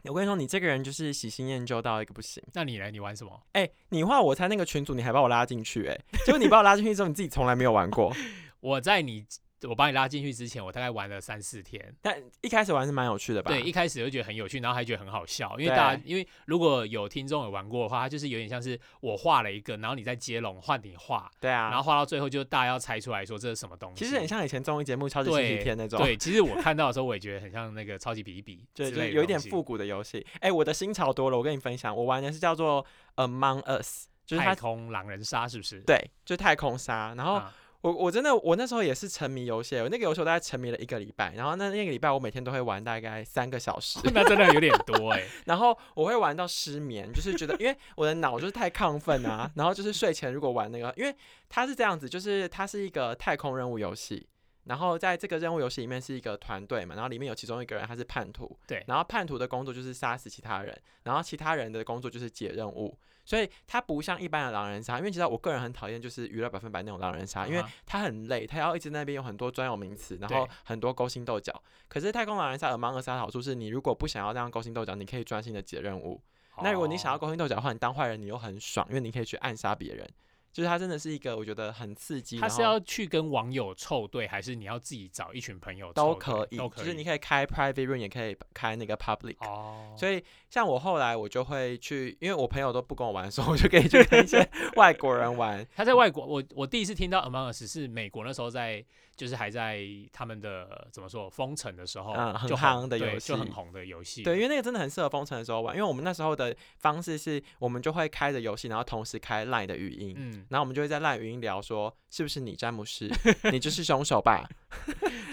Speaker 2: 我跟你说，你这个人就是喜新厌旧到一个不行。
Speaker 1: 那你呢？你玩什么？
Speaker 2: 哎、你画我猜那个群主，你还把我拉进去、哎，结果你把我拉进去之后，你自己从来没有玩过。
Speaker 1: 我在你我把你拉进去之前，我大概玩了三四天。
Speaker 2: 但一开始玩是蛮有趣的吧？
Speaker 1: 对，一开始就觉得很有趣，然后还觉得很好笑，因为大家因为如果有听众有玩过的话，它就是有点像是我画了一个，然后你再接龙换你画，
Speaker 2: 对啊，
Speaker 1: 然后画到最后就大家要猜出来说这是什么东西。
Speaker 2: 其实很像以前综艺节目《超级星期
Speaker 1: 对
Speaker 2: 天》那种，
Speaker 1: 对，其实我看到的时候，我也觉得很像那个超级比一比之类
Speaker 2: 对，
Speaker 1: 的
Speaker 2: 就是有一点
Speaker 1: 东西
Speaker 2: 复古的游戏。哎、我的新潮多了，我跟你分享，我玩的是叫做《Among Us》，就是它
Speaker 1: 太空狼人杀是不是？
Speaker 2: 对，就是太空杀。然后
Speaker 1: 啊
Speaker 2: 我我真的我那时候也是沉迷游戏，我那个游戏我大概沉迷了一个礼拜，然后那那个礼拜我每天都会玩大概三个小时，
Speaker 1: 那真的有点多哎、
Speaker 2: 然后我会玩到失眠，就是觉得因为我的脑就是太亢奋啊，然后就是睡前如果玩那个，因为它是这样子，就是它是一个太空任务游戏。然后在这个任务游戏里面是一个团队嘛，然后里面有其中一个人他是叛徒，
Speaker 1: 对
Speaker 2: 然后叛徒的工作就是杀死其他人，然后其他人的工作就是解任务，所以它不像一般的狼人杀，因为其实我个人很讨厌就是娱乐百分百那种狼人杀， 因为
Speaker 1: 啊哈
Speaker 2: 它很累，它要一直那边有很多专有名词，然
Speaker 1: 对
Speaker 2: 后很多勾心斗角。可是太空狼人杀 Among Us 它的好处是你如果不想要这样勾心斗角，你可以专心的解任务。那如果你想要
Speaker 1: 哦
Speaker 2: 勾心斗角的话，你当坏人你又很爽，因为你可以去暗杀别人。就是它真的是一个我觉得很刺激，
Speaker 1: 他
Speaker 2: 然
Speaker 1: 是
Speaker 2: 后
Speaker 1: 要去跟网友凑对，还是你要自己找一群朋友凑
Speaker 2: 都
Speaker 1: 对
Speaker 2: 可以，
Speaker 1: 都
Speaker 2: 就
Speaker 1: 可
Speaker 2: 是
Speaker 1: 以。
Speaker 2: 你可以开 private room，也可以开那个 public。
Speaker 1: 哦，
Speaker 2: 所以像我后来我就会去，因为我朋友都不跟我玩，所以我就可以去跟一些 外国人玩。
Speaker 1: 他在外国，我我第一次听到 Among Us 是美国那时候在，就是还在他们的怎么说封城的时候，
Speaker 2: 嗯很
Speaker 1: 就
Speaker 2: 夯的
Speaker 1: 对
Speaker 2: 游
Speaker 1: 就很
Speaker 2: 戏
Speaker 1: 红的游戏。
Speaker 2: 对，因为那个真的很适合封城的时候玩，因为我们那时候的方式是，我们就会开着游戏，然后同时开 LINE 的语音，
Speaker 1: 嗯，
Speaker 2: 然后我们就会在 LINE 语音聊说，是不是你詹姆士， 你就是凶手吧？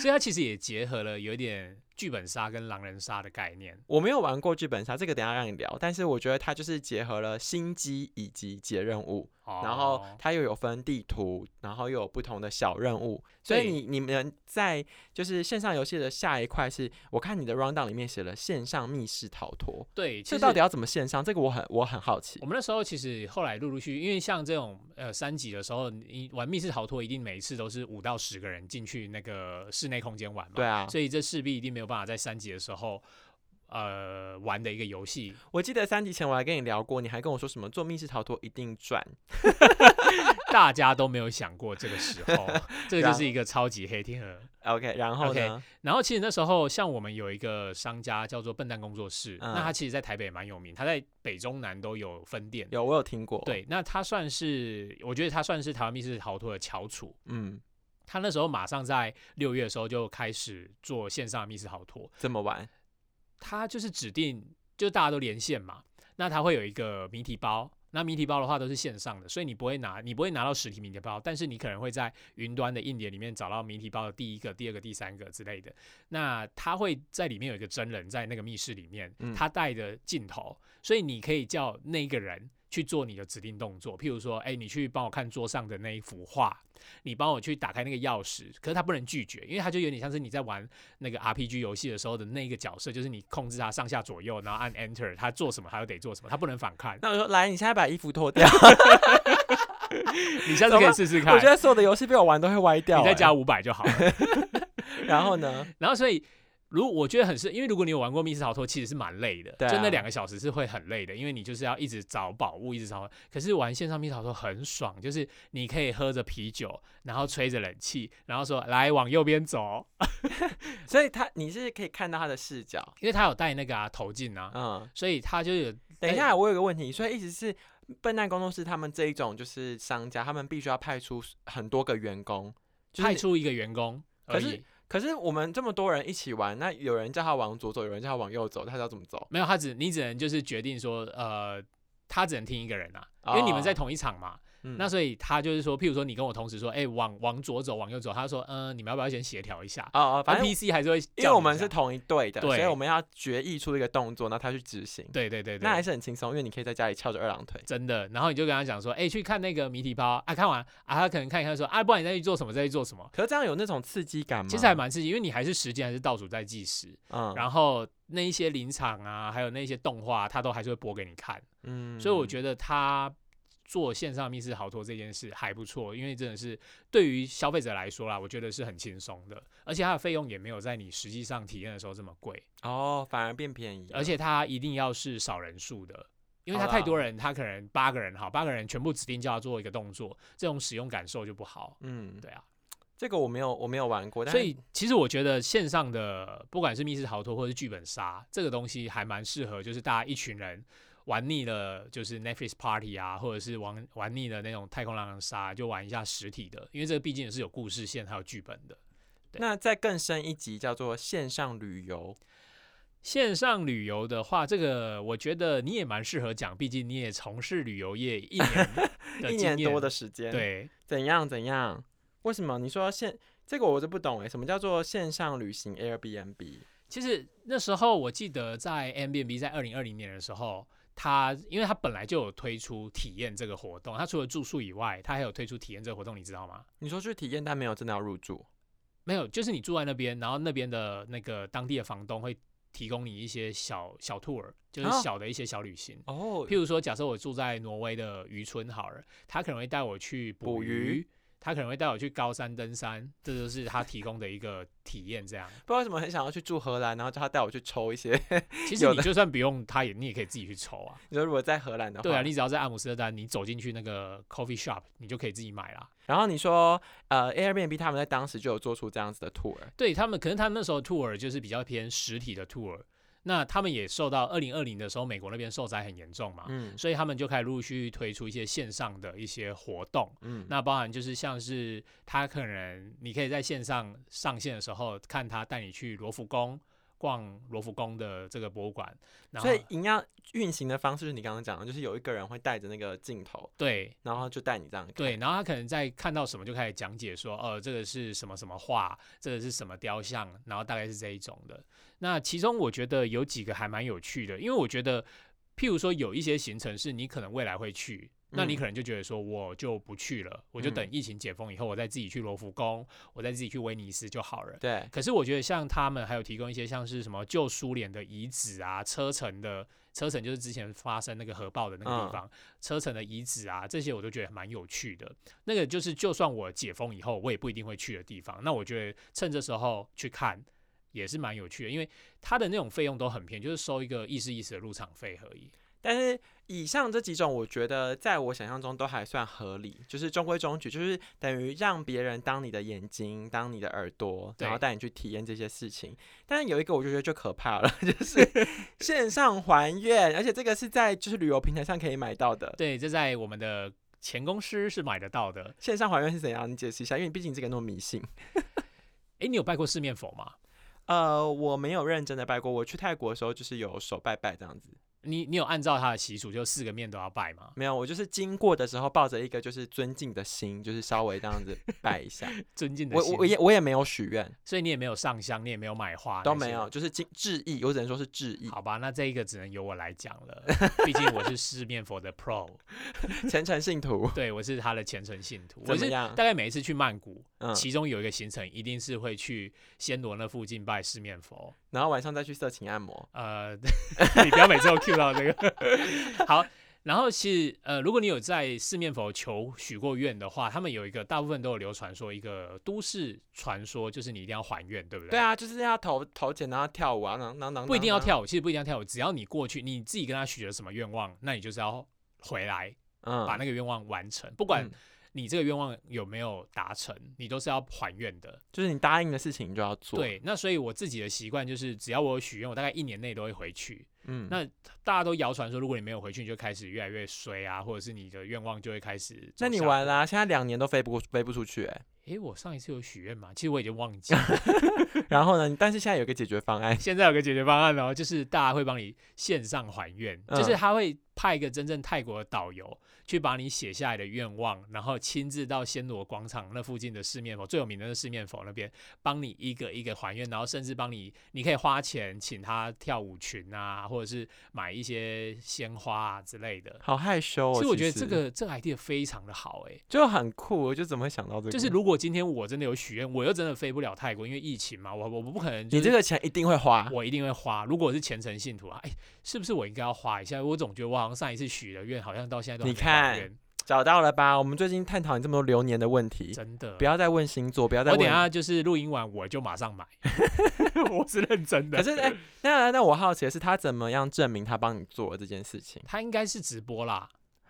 Speaker 1: 所以它其实也结合了有一点剧本杀跟狼人杀的概念。
Speaker 2: 我没有玩过剧本杀，这个等一下让你聊，但是我觉得它就是结合了心机以及解任务，
Speaker 1: 哦、
Speaker 2: 然后它又有分地图，然后又有不同的小任务，所以
Speaker 1: 对
Speaker 2: 你你们在就是线上游戏的下一块是，我看你的 round down 里面写了线上密室逃脱，
Speaker 1: 对，其
Speaker 2: 这
Speaker 1: 实
Speaker 2: 到底要怎么线上？这个我很我很好奇
Speaker 1: 我。们那时候其实后来陆陆续续，因为像这种呃三级的时候，你玩密室逃脱一定每一次都是五到十个人进去那个室内空间玩嘛，
Speaker 2: 对啊，
Speaker 1: 所以这势必一定没有办法在三级的时候呃玩的一个游戏。
Speaker 2: 我记得三集前我还跟你聊过，你还跟我说什么做密室逃脱一定赚，
Speaker 1: 大家都没有想过这个时 候，这
Speaker 2: 然
Speaker 1: 就
Speaker 2: 后
Speaker 1: 是一个超级黑天鹅。
Speaker 2: OK，然后
Speaker 1: OK，
Speaker 2: 呢
Speaker 1: 然后其实那时候像我们有一个商家叫做笨蛋工作室，
Speaker 2: 嗯
Speaker 1: 那他其实在台北也蛮有名，他在北中南都有分店。
Speaker 2: 有我有听过，，
Speaker 1: 对，那他算是，我觉得他算是台湾密室逃脱的翘楚。
Speaker 2: 嗯，
Speaker 1: 他那时候马上在六月的时候就开始做线上的密室逃脱，
Speaker 2: 这么玩，
Speaker 1: 他就是指定就大家都连线嘛，那他会有一个谜题包。那谜题包的话都是线上的，所以你不会拿，你不会拿到实体谜题包，但是你可能会在云端的硬碟里面找到谜题包的第一个、第二个、第三个之类的。那他会在里面有一个真人在那个密室里面
Speaker 2: 嗯，
Speaker 1: 他带的镜头，所以你可以叫那个人去做你的指定动作，譬如说，哎、你去帮我看桌上的那一幅画，你帮我去打开那个钥匙，可是他不能拒绝，因为他就有点像是你在玩那个 RPG 游戏的时候的那个角色，就是你控制他上下左右，然后按 Enter，他做什么他就得做什么，他不能反抗。
Speaker 2: 那我说来，你现在把衣服脱掉，
Speaker 1: 你下次可以 试试看
Speaker 2: 我觉，得所有的游戏被我玩都会歪掉、
Speaker 1: 你再
Speaker 2: 哎
Speaker 1: 加，五百就好了。
Speaker 2: 然后呢，
Speaker 1: 然后所以。如我觉得很是，因为如果你有玩过密室逃脱，其实是蛮累的，
Speaker 2: 对啊
Speaker 1: 就那两个小时是会很累的，因为你就是要一直找宝物，一直找。可是玩线上密室逃脱很爽，就是你可以喝着啤酒，然后吹着冷气，然后说来往右边走，
Speaker 2: 所以他你是可以看到他的视角，
Speaker 1: 因为他有戴那个啊头镜啊，
Speaker 2: 嗯，
Speaker 1: 所以他就有
Speaker 2: 等一下，我有个问题，所以一直是笨蛋工作室他们这一种就是商家，他们必须要派出很多个员工，就是
Speaker 1: 派
Speaker 2: 你。
Speaker 1: 出一个员工而
Speaker 2: 可是
Speaker 1: 已，
Speaker 2: 可是我们这么多人一起玩，那有人叫他往左走，有人叫他往右走，他要怎么走？
Speaker 1: 没有他只你只能就是决定说呃，他只能听一个人啊，因为你们在
Speaker 2: 哦
Speaker 1: 同一场嘛，
Speaker 2: 嗯
Speaker 1: 那所以他就是说，譬如说你跟我同时说，哎、往往左走，往右走，他说，嗯、你们要不要先协调一下？
Speaker 2: 哦哦，
Speaker 1: 反
Speaker 2: 反正
Speaker 1: 正 PC 还是会，
Speaker 2: 因为我们是，同一队的，所以
Speaker 1: 对
Speaker 2: 我们要决议出一个动作，然后他去执行。
Speaker 1: 对对对对，
Speaker 2: 那还是很轻松，因为你可以在家里翘着二郎腿。
Speaker 1: 真的。然后你就跟他讲说，哎、去看那个谜题包啊，看完啊，他可能看一看说，啊，不然你再去做什么，再去做什么。
Speaker 2: 可是这样有那种刺激感吗？
Speaker 1: 其实还，蛮刺激，因为你还是时间还是倒数在计时，
Speaker 2: 嗯
Speaker 1: 然后那一些临场啊，还有那一些动画，他都还是会播给你看。
Speaker 2: 嗯
Speaker 1: 所以我觉得他做线上密室逃脱这件事还不错，因为真的是对于消费者来说啦，我觉得是很轻松的，而且它的费用也没有在你实际上体验的时候这么贵，
Speaker 2: 得哦，反而变便宜了，
Speaker 1: 而且它一定要是少人数的。因为它
Speaker 2: 好啦
Speaker 1: 太多人，它可能八个人好，八个人全部指定就要做一个动作，这种使用感受就不好。
Speaker 2: 嗯，
Speaker 1: 对啊，
Speaker 2: 这个我没有我没有玩过，但
Speaker 1: 所以其实我觉得线上的不管是密室逃脱或是剧本杀这个东西，还蛮适合就是大家一群人玩腻了，就是 Netflix Party 啊，或者是玩玩腻了那种太空狼人杀，就玩一下实体的，因为这个毕竟是有故事线还有剧本的。对
Speaker 2: 那再更深一级叫做线上旅游，
Speaker 1: 线上旅游的话，这个我觉得你也蛮适合讲，毕竟你也从事旅游业一 年的
Speaker 2: 一年
Speaker 1: 经验
Speaker 2: 多的时间，，
Speaker 1: 对，
Speaker 2: 怎样怎样？为什么你说线这个我就不懂哎，什么叫做线上旅行 Airbnb？
Speaker 1: 其实那时候我记得在 M b n b 在二零二零年的时候，它因为它本来就有推出体验这个活动，它除了住宿以外，它还有推出体验这个活动，你知道吗？
Speaker 2: 你说去体验，但没有真的要入住
Speaker 1: 没有，就是你住在那边，然后那边的那个当地的房东会提供你一些小小 tour，就是
Speaker 2: 哦
Speaker 1: 小的一些小旅行。
Speaker 2: 哦
Speaker 1: 譬如说，假设我住在挪威的渔村好了，他可能会带我去
Speaker 2: 捕
Speaker 1: 捕
Speaker 2: 鱼
Speaker 1: 鱼，他可能会带我去高山登山，这就是他提供的一个体验。这样，
Speaker 2: 不知道为什么很想要去住荷兰，然后叫他带我去抽一些。
Speaker 1: 其实
Speaker 2: 有
Speaker 1: 你
Speaker 2: 的哦
Speaker 1: 就算不用他也，你也可以自己去抽啊。
Speaker 2: 你说如果在荷兰的话，
Speaker 1: 对啊，你只要在阿姆斯特丹，你走进去那个 coffee shop，你就可以自己买啦。
Speaker 2: 然后你说呃 Airbnb 他们在当时就有做出这样子的 tour，
Speaker 1: 对他们，可能他们那时候 tour 就是比较偏实体的 tour，那他们也受到二零二零的时候美国那边受灾很严重嘛，
Speaker 2: 嗯
Speaker 1: 所以他们就开始陆续推出一些线上的一些活动。
Speaker 2: 嗯，
Speaker 1: 那包含就是像是他可能你可以在线上上线的时候，看他带你去罗浮宫逛罗浮宫的这个博物馆，然后
Speaker 2: 所以营养运行的方式就是你刚刚讲的，就是有一个人会带着那个镜头，
Speaker 1: 对
Speaker 2: 然后就带你这样看
Speaker 1: 对，，然后他可能在看到什么就开始讲解说，呃，这个是什么什么画，这个是什么雕像，然后大概是这一种的。那其中我觉得有几个还蛮有趣的，因为我觉得，譬如说有一些行程是你可能未来会去。那你
Speaker 2: 嗯
Speaker 1: 可能就觉得说，我就不去了，我就等
Speaker 2: 嗯
Speaker 1: 疫情解封以后，我再自己去罗浮宫，我再自己去威尼斯就好了。
Speaker 2: 对，
Speaker 1: 可是我觉得像他们还有提供一些像是什么旧苏联的遗址啊、车臣的车臣就是之前发生那个核爆的那个
Speaker 2: 嗯
Speaker 1: 地方，车臣的遗址啊，这些我都觉得蛮有趣的。那个就是就算我解封以后，我也不一定会去的地方。那我觉得趁这时候去看。也是蛮有趣的，因为它的那种费用都很便宜，就是收一个意思意思的入场费而已。
Speaker 2: 但是以上这几种，我觉得在我想象中都还算合理，就是中规中矩，就是等于让别人当你的眼睛，当你的耳朵，然后
Speaker 1: 对
Speaker 2: 带你去体验这些事情。但是有一个我就觉得就可怕了， 就是线上还愿，而且这个是在就是旅游平台上可以买到的。
Speaker 1: 对，这在我们的前公司是买得到的。
Speaker 2: 线上还愿是怎样？你解释一下，因为毕竟这个那么迷信。
Speaker 1: 诶，你有拜过四面佛吗？
Speaker 2: 呃，我没有认真的拜过，我去泰国的时候就是有手拜拜这样子，
Speaker 1: 你你有按照它的习俗，就四个面都要拜吗？
Speaker 2: 没有，我就是经过的时候抱着一个就是尊敬的心，就是稍微这样子拜一 下。
Speaker 1: 尊敬的
Speaker 2: 我
Speaker 1: 心
Speaker 2: 我我也我也没有许愿，
Speaker 1: 所以你也没有上香，你也没有买花，
Speaker 2: 都没有，。啊就是敬致意，我只能说是致 意，
Speaker 1: 好吧，那这一个只能由我来讲了，毕竟我是四面佛的 pro，
Speaker 2: 虔诚信徒。
Speaker 1: 对我是他的虔诚信徒。我
Speaker 2: 怎么
Speaker 1: 是
Speaker 2: 样
Speaker 1: 大概每一次去曼谷，
Speaker 2: 嗯，
Speaker 1: 其中有一个行程一定是会去暹罗那附近拜四面佛。
Speaker 2: 然后晚上再去色情按摩。
Speaker 1: 呃， 你不要每次都 cue 到这个。 好，然后是呃，如果你有在四面佛求许过愿的话，他们有一个大部分都有流传说一个都市传说，就是你一定要还愿，对不对？
Speaker 2: 对啊，就是要投投钱，然后跳舞啊，能能能，
Speaker 1: 不一定要
Speaker 2: 囔，
Speaker 1: 跳舞，其实不一定要跳舞，只要你过去，你自己跟他许了什么愿望，那你就是要回来
Speaker 2: 嗯，
Speaker 1: 把那个愿望完成，不管
Speaker 2: 嗯
Speaker 1: 你这个愿望有没有达成，你都是要还愿的。
Speaker 2: 就是你答应的事情你就要做。，
Speaker 1: 对，那所以我自己的习惯就是，只要我有许愿，我大概一年内都会回去。
Speaker 2: 嗯，
Speaker 1: 那大家都谣传说，如果你没有回去，你就开始越来越衰啊，或者是你的愿望就会开始走下坡。
Speaker 2: 那你完啦、现在两年都飞不过飞不出去、欸，哎，
Speaker 1: 诶，我上一次有许愿吗？其实我已经忘记了。
Speaker 2: 然后呢，但是现在有一个解决方案，
Speaker 1: 现在有个解决方案哦，就是大家会帮你线上还愿，
Speaker 2: 嗯
Speaker 1: 就是他会派一个真正泰国的导游去把你写下来的愿望，然后亲自到暹罗广场那附近的四面佛最有名的那四面佛那边帮你一个一个还愿，然后甚至帮你，你可以花钱请他跳舞裙啊，或者是买一些鲜花啊之类的。
Speaker 2: 好害羞哦。
Speaker 1: 所以我觉得
Speaker 2: 其
Speaker 1: 这
Speaker 2: 实
Speaker 1: 个这个 idea 非常的好诶、
Speaker 2: 就很酷，我就怎么会想到这个？
Speaker 1: 就是如果今天我真的有许愿，我又真的飞不了泰国，因为疫情嘛，我我我不可能、就是。
Speaker 2: 你这个钱一定会花，
Speaker 1: 我一定会花。如果我是虔诚信徒啊，哎、是不是我应该要花一下？我总觉得我好像上一次许了愿，好像到现在都还
Speaker 2: 你
Speaker 1: 没还
Speaker 2: 看
Speaker 1: 愿
Speaker 2: 找到了吧？我们最近探讨你这么多流年的问题，
Speaker 1: 真的
Speaker 2: 不。要再问星座，不要再
Speaker 1: 我等一
Speaker 2: 问。
Speaker 1: 下就是录音完我就马上 买， 我是认真的。
Speaker 2: 可是哎、那那我好奇的是，他怎么样证明他帮你做了这件事情？
Speaker 1: 他应该是直播啦，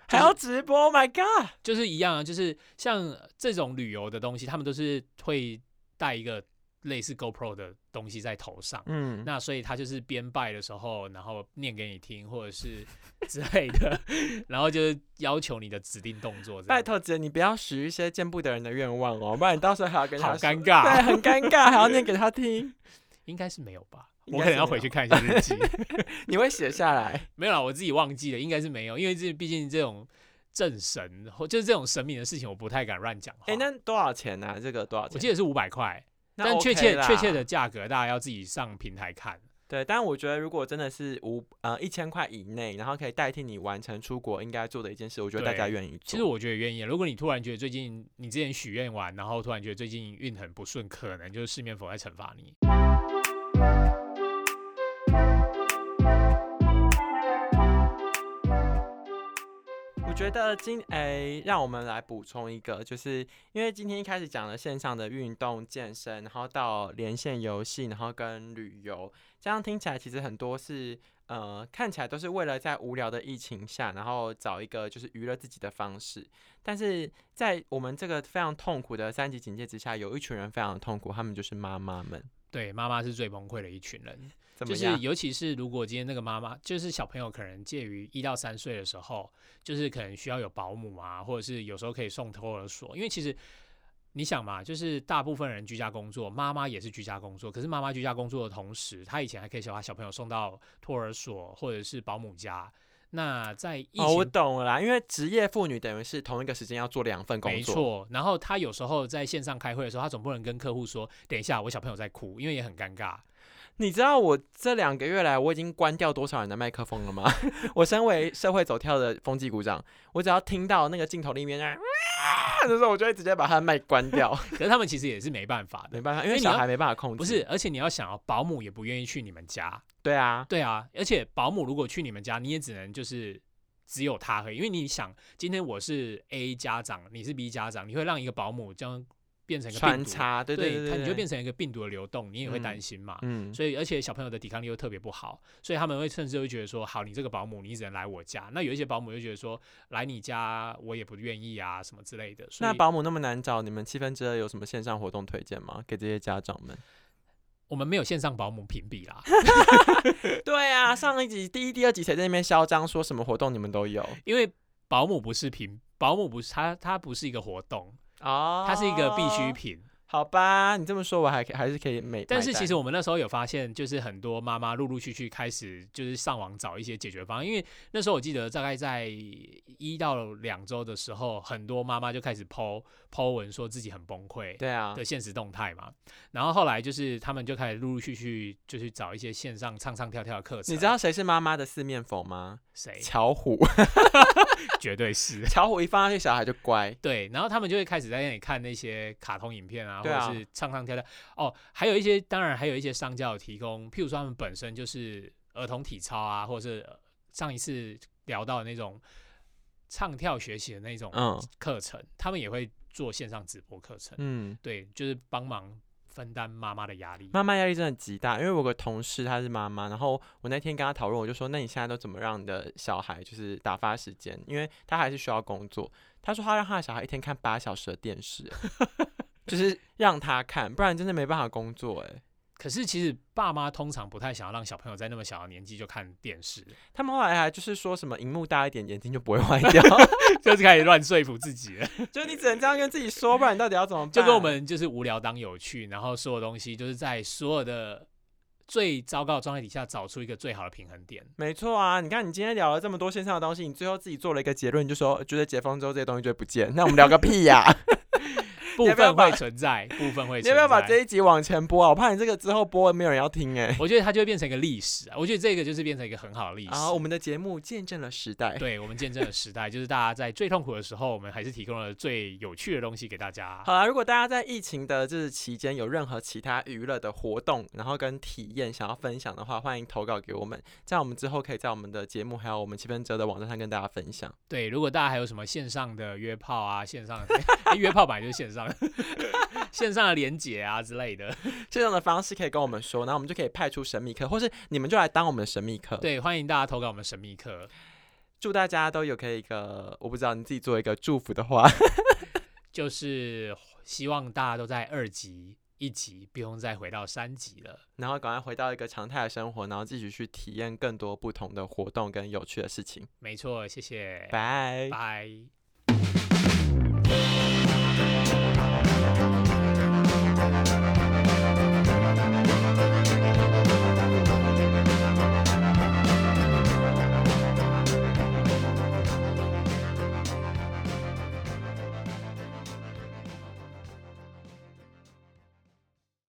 Speaker 1: 就
Speaker 2: 还
Speaker 1: 是
Speaker 2: 要直播？Oh my god！
Speaker 1: 就是一样啊，就是像这种旅游的东西，他们都是会带一个类似 GoPro 的东西在头上。
Speaker 2: 嗯，
Speaker 1: 那所以他就是编拜的时候，然后念给你听，或者是 之类的，然后就是要求你的指定动作这样。
Speaker 2: 拜托姐，你不要许一些见不得人的愿望哦，不然你到时候还要跟他
Speaker 1: 好
Speaker 2: 说
Speaker 1: 尴尬啊、
Speaker 2: 对，很尴尬，还要念给 他听。
Speaker 1: 应该是没有吧？
Speaker 2: 应
Speaker 1: 我
Speaker 2: 该
Speaker 1: 可能
Speaker 2: 是
Speaker 1: 要
Speaker 2: 没
Speaker 1: 回
Speaker 2: 有
Speaker 1: 去看一下日记。
Speaker 2: 你会写下来，
Speaker 1: 没有啦，我自己忘记了，应该是没有，因为这毕竟这种正神或就是这种神明的事情，我不太敢乱讲话。
Speaker 2: 哎、那多少钱呢、啊？这个多少钱？
Speaker 1: 我记得是五百块，
Speaker 2: 那
Speaker 1: 但
Speaker 2: OK
Speaker 1: 确切
Speaker 2: 啦
Speaker 1: 确切的价格大家要自己上平台看。
Speaker 2: 对，但我觉得如果真的是五呃一千块以内，然后可以代替你完成出国应该做的一件事，我觉得大家
Speaker 1: 对
Speaker 2: 愿意做。
Speaker 1: 其实我觉得愿意，如果你突然觉得最近你之前许愿完，然后突然觉得最近运很不顺，可能就是四面佛在惩罚你。
Speaker 2: 我觉得今诶、让我们来补充一个，就是因为今天一开始讲了线上的运动健身，然后到连线游戏，然后跟旅游，这样听起来其实很多是呃看起来都是为了在无聊的疫情下，然后找一个就是娱乐自己的方式。但是在我们这个非常痛苦的三级警戒之下，有一群人非常痛苦，他们就是妈妈们。
Speaker 1: 对，妈妈是最崩溃的一群人。
Speaker 2: 怎
Speaker 1: 就
Speaker 2: 么
Speaker 1: 是
Speaker 2: 样？
Speaker 1: 尤其是如果今天那个妈妈，就是小朋友可能介于一到三岁的时候，就是可能需要有保姆啊，或者是有时候可以送托儿所，因为其实。你想嘛，就是大部分人居家工作，妈妈也是居家工作。可是妈妈居家工作的同时，她以前还可以把小朋友送到托儿所或者是保姆家。那在疫情、
Speaker 2: 哦，我懂了啦，因为职业妇女等于是同一个时间要做两份工
Speaker 1: 没
Speaker 2: 作，
Speaker 1: 错，然后她有时候在线上开会的时候，她总不能跟客户说：“等一下，我小朋友在哭”，因为也很尴尬。
Speaker 2: 你知道我这两个月来我已经关掉多少人的麦克风了吗？ 我身为社会走跳的风纪鼓掌，我只要听到那个镜头里面啊，就是我就会直接把他的麦 关掉，
Speaker 1: 可是他们其实也是没办法的
Speaker 2: 没，办法，因
Speaker 1: 因为
Speaker 2: 为
Speaker 1: 你
Speaker 2: 小
Speaker 1: 要
Speaker 2: 孩没办法控制。
Speaker 1: 不是，，而且你要想哦，保姆也不愿意去你们家。
Speaker 2: 对啊，
Speaker 1: 对啊，而且保姆如果去你们家，你也只能就是只有他可以，因为你想，今天我是 A 家长，你是 B 家长，你会让一个保姆这样变成一个病
Speaker 2: 穿
Speaker 1: 毒，
Speaker 2: 插，对对对，
Speaker 1: 他你就
Speaker 2: 对
Speaker 1: 变成一个病毒的流动，你也会担
Speaker 2: 嗯
Speaker 1: 心嘛。
Speaker 2: 嗯，
Speaker 1: 所以，而且小朋友的抵抗力又特别不好，所以他们会甚至会觉得说，好，你这个保姆你只能来我家。那有一些保姆就觉得说，来你家我也不愿意啊，什么之类的。所
Speaker 2: 那
Speaker 1: 以
Speaker 2: 保姆那么难找，你们七分之二有什么线上活动推荐吗？给这些家长 们？
Speaker 1: 我们没有线上保姆评比啦，
Speaker 2: 对啊，上一集第一、第二集才在那边嚣张说什么活动你们都有
Speaker 1: 因为保姆不是评，保姆不是它，它不是一个活动，
Speaker 2: 哦
Speaker 1: 它是一个必需。品。
Speaker 2: 好吧，你这么说我还可以还是可以每，
Speaker 1: 但
Speaker 2: 买
Speaker 1: 是其
Speaker 2: 单
Speaker 1: 实我们那时候有发现，就是很多妈妈陆陆续续开始就是上网找一些解决方案，因为那时候我记得大概在一到两周的时候，很多妈妈就开始 PO PO 文说自己很崩溃。
Speaker 2: 对啊，
Speaker 1: 的现实动态嘛，然后后来就是他们就开始陆陆续续就去找一些线上唱唱跳跳的课程。
Speaker 2: 你知道谁是妈妈的四面佛吗？
Speaker 1: 啊谁？
Speaker 2: 巧虎，
Speaker 1: 绝对是。
Speaker 2: 巧虎一放下去，小孩就乖。
Speaker 1: 对，然后他们就会开始在那里看那些卡通影片啊，或
Speaker 2: 对啊
Speaker 1: 者是唱唱跳跳。哦，还有一些，当然还有一些商家有提供，譬如说他们本身就是儿童体操啊，或者是呃上一次聊到的那种唱跳学习的那种
Speaker 2: 嗯
Speaker 1: 课程，他们也会做线上直播课程。
Speaker 2: 嗯，
Speaker 1: 对，就是帮忙分担妈妈的压力。
Speaker 2: 妈妈压力真的极大，因为我有个同事她是妈妈，然后我那天跟她讨论，我就说，那你现在都怎么让你的小孩就是打发时间？因为她还是需要工作。她说她让她的小孩一天欸 看八小时的电视，就是让他看，不然真的没办法工作哎、
Speaker 1: 可是其实爸妈通常不太想要让小朋友在那么小的年纪就看电视，
Speaker 2: 他们后来还就是说什么荧幕大一点，眼睛就不会坏 掉，
Speaker 1: 就是开始乱说服自己了，
Speaker 2: 就是你只能这样跟自己说，不然你到底要怎么办？
Speaker 1: 就跟我们就是无聊当有趣，然后所有东西就是在所有的最糟糕的状态底下找出一个最好的平衡 点。
Speaker 2: 没错啊，你看你今天聊了这么多线上的东西，你最后自己做了一个结论，你就说觉得解封之后这些东西就会不见，那我们聊个屁呀、
Speaker 1: 部
Speaker 2: 要不要
Speaker 1: 分会
Speaker 2: 把
Speaker 1: 存在，部分会存在。
Speaker 2: 你要不要把这一集往前播啊？我怕你这个之后播没有人要听哎、
Speaker 1: 我觉得它就会变成一个历史啊！我觉得这个就是变成一个很好的历史。
Speaker 2: 啊，我们的节目见证了时代。
Speaker 1: 对我们见证了时代，就是大家在最痛苦的时候，我们还是提供了最有趣的东西给大家。
Speaker 2: 好啦，如果大家在疫情的这期间有任何其他娱乐的活动，然后跟体验想要分享的话，欢迎投稿给我们，这样我们之后可以在我们的节目还有我们七分哲的网站上跟大家分享。
Speaker 1: 对，如果大家还有什么线上的约炮啊，线上的、诶约炮本来就是线上的， 线上的连结啊之类的，
Speaker 2: 这样的方式可以跟我们说，然后我们就可以派出神秘客，或是你们就来当我们的神秘客。，
Speaker 1: 对，欢迎大家投稿我们神秘课。
Speaker 2: 祝大家都有可以一个，我不知道你自己做一个祝福的话。
Speaker 1: 就是希望大家都在二级、一级，不用再回到三级了。
Speaker 2: 然后赶快回到一个常态的生活，然后继续去体验更多不同的活动跟有趣的事情。
Speaker 1: 没错，谢谢，
Speaker 2: 拜。
Speaker 1: 拜。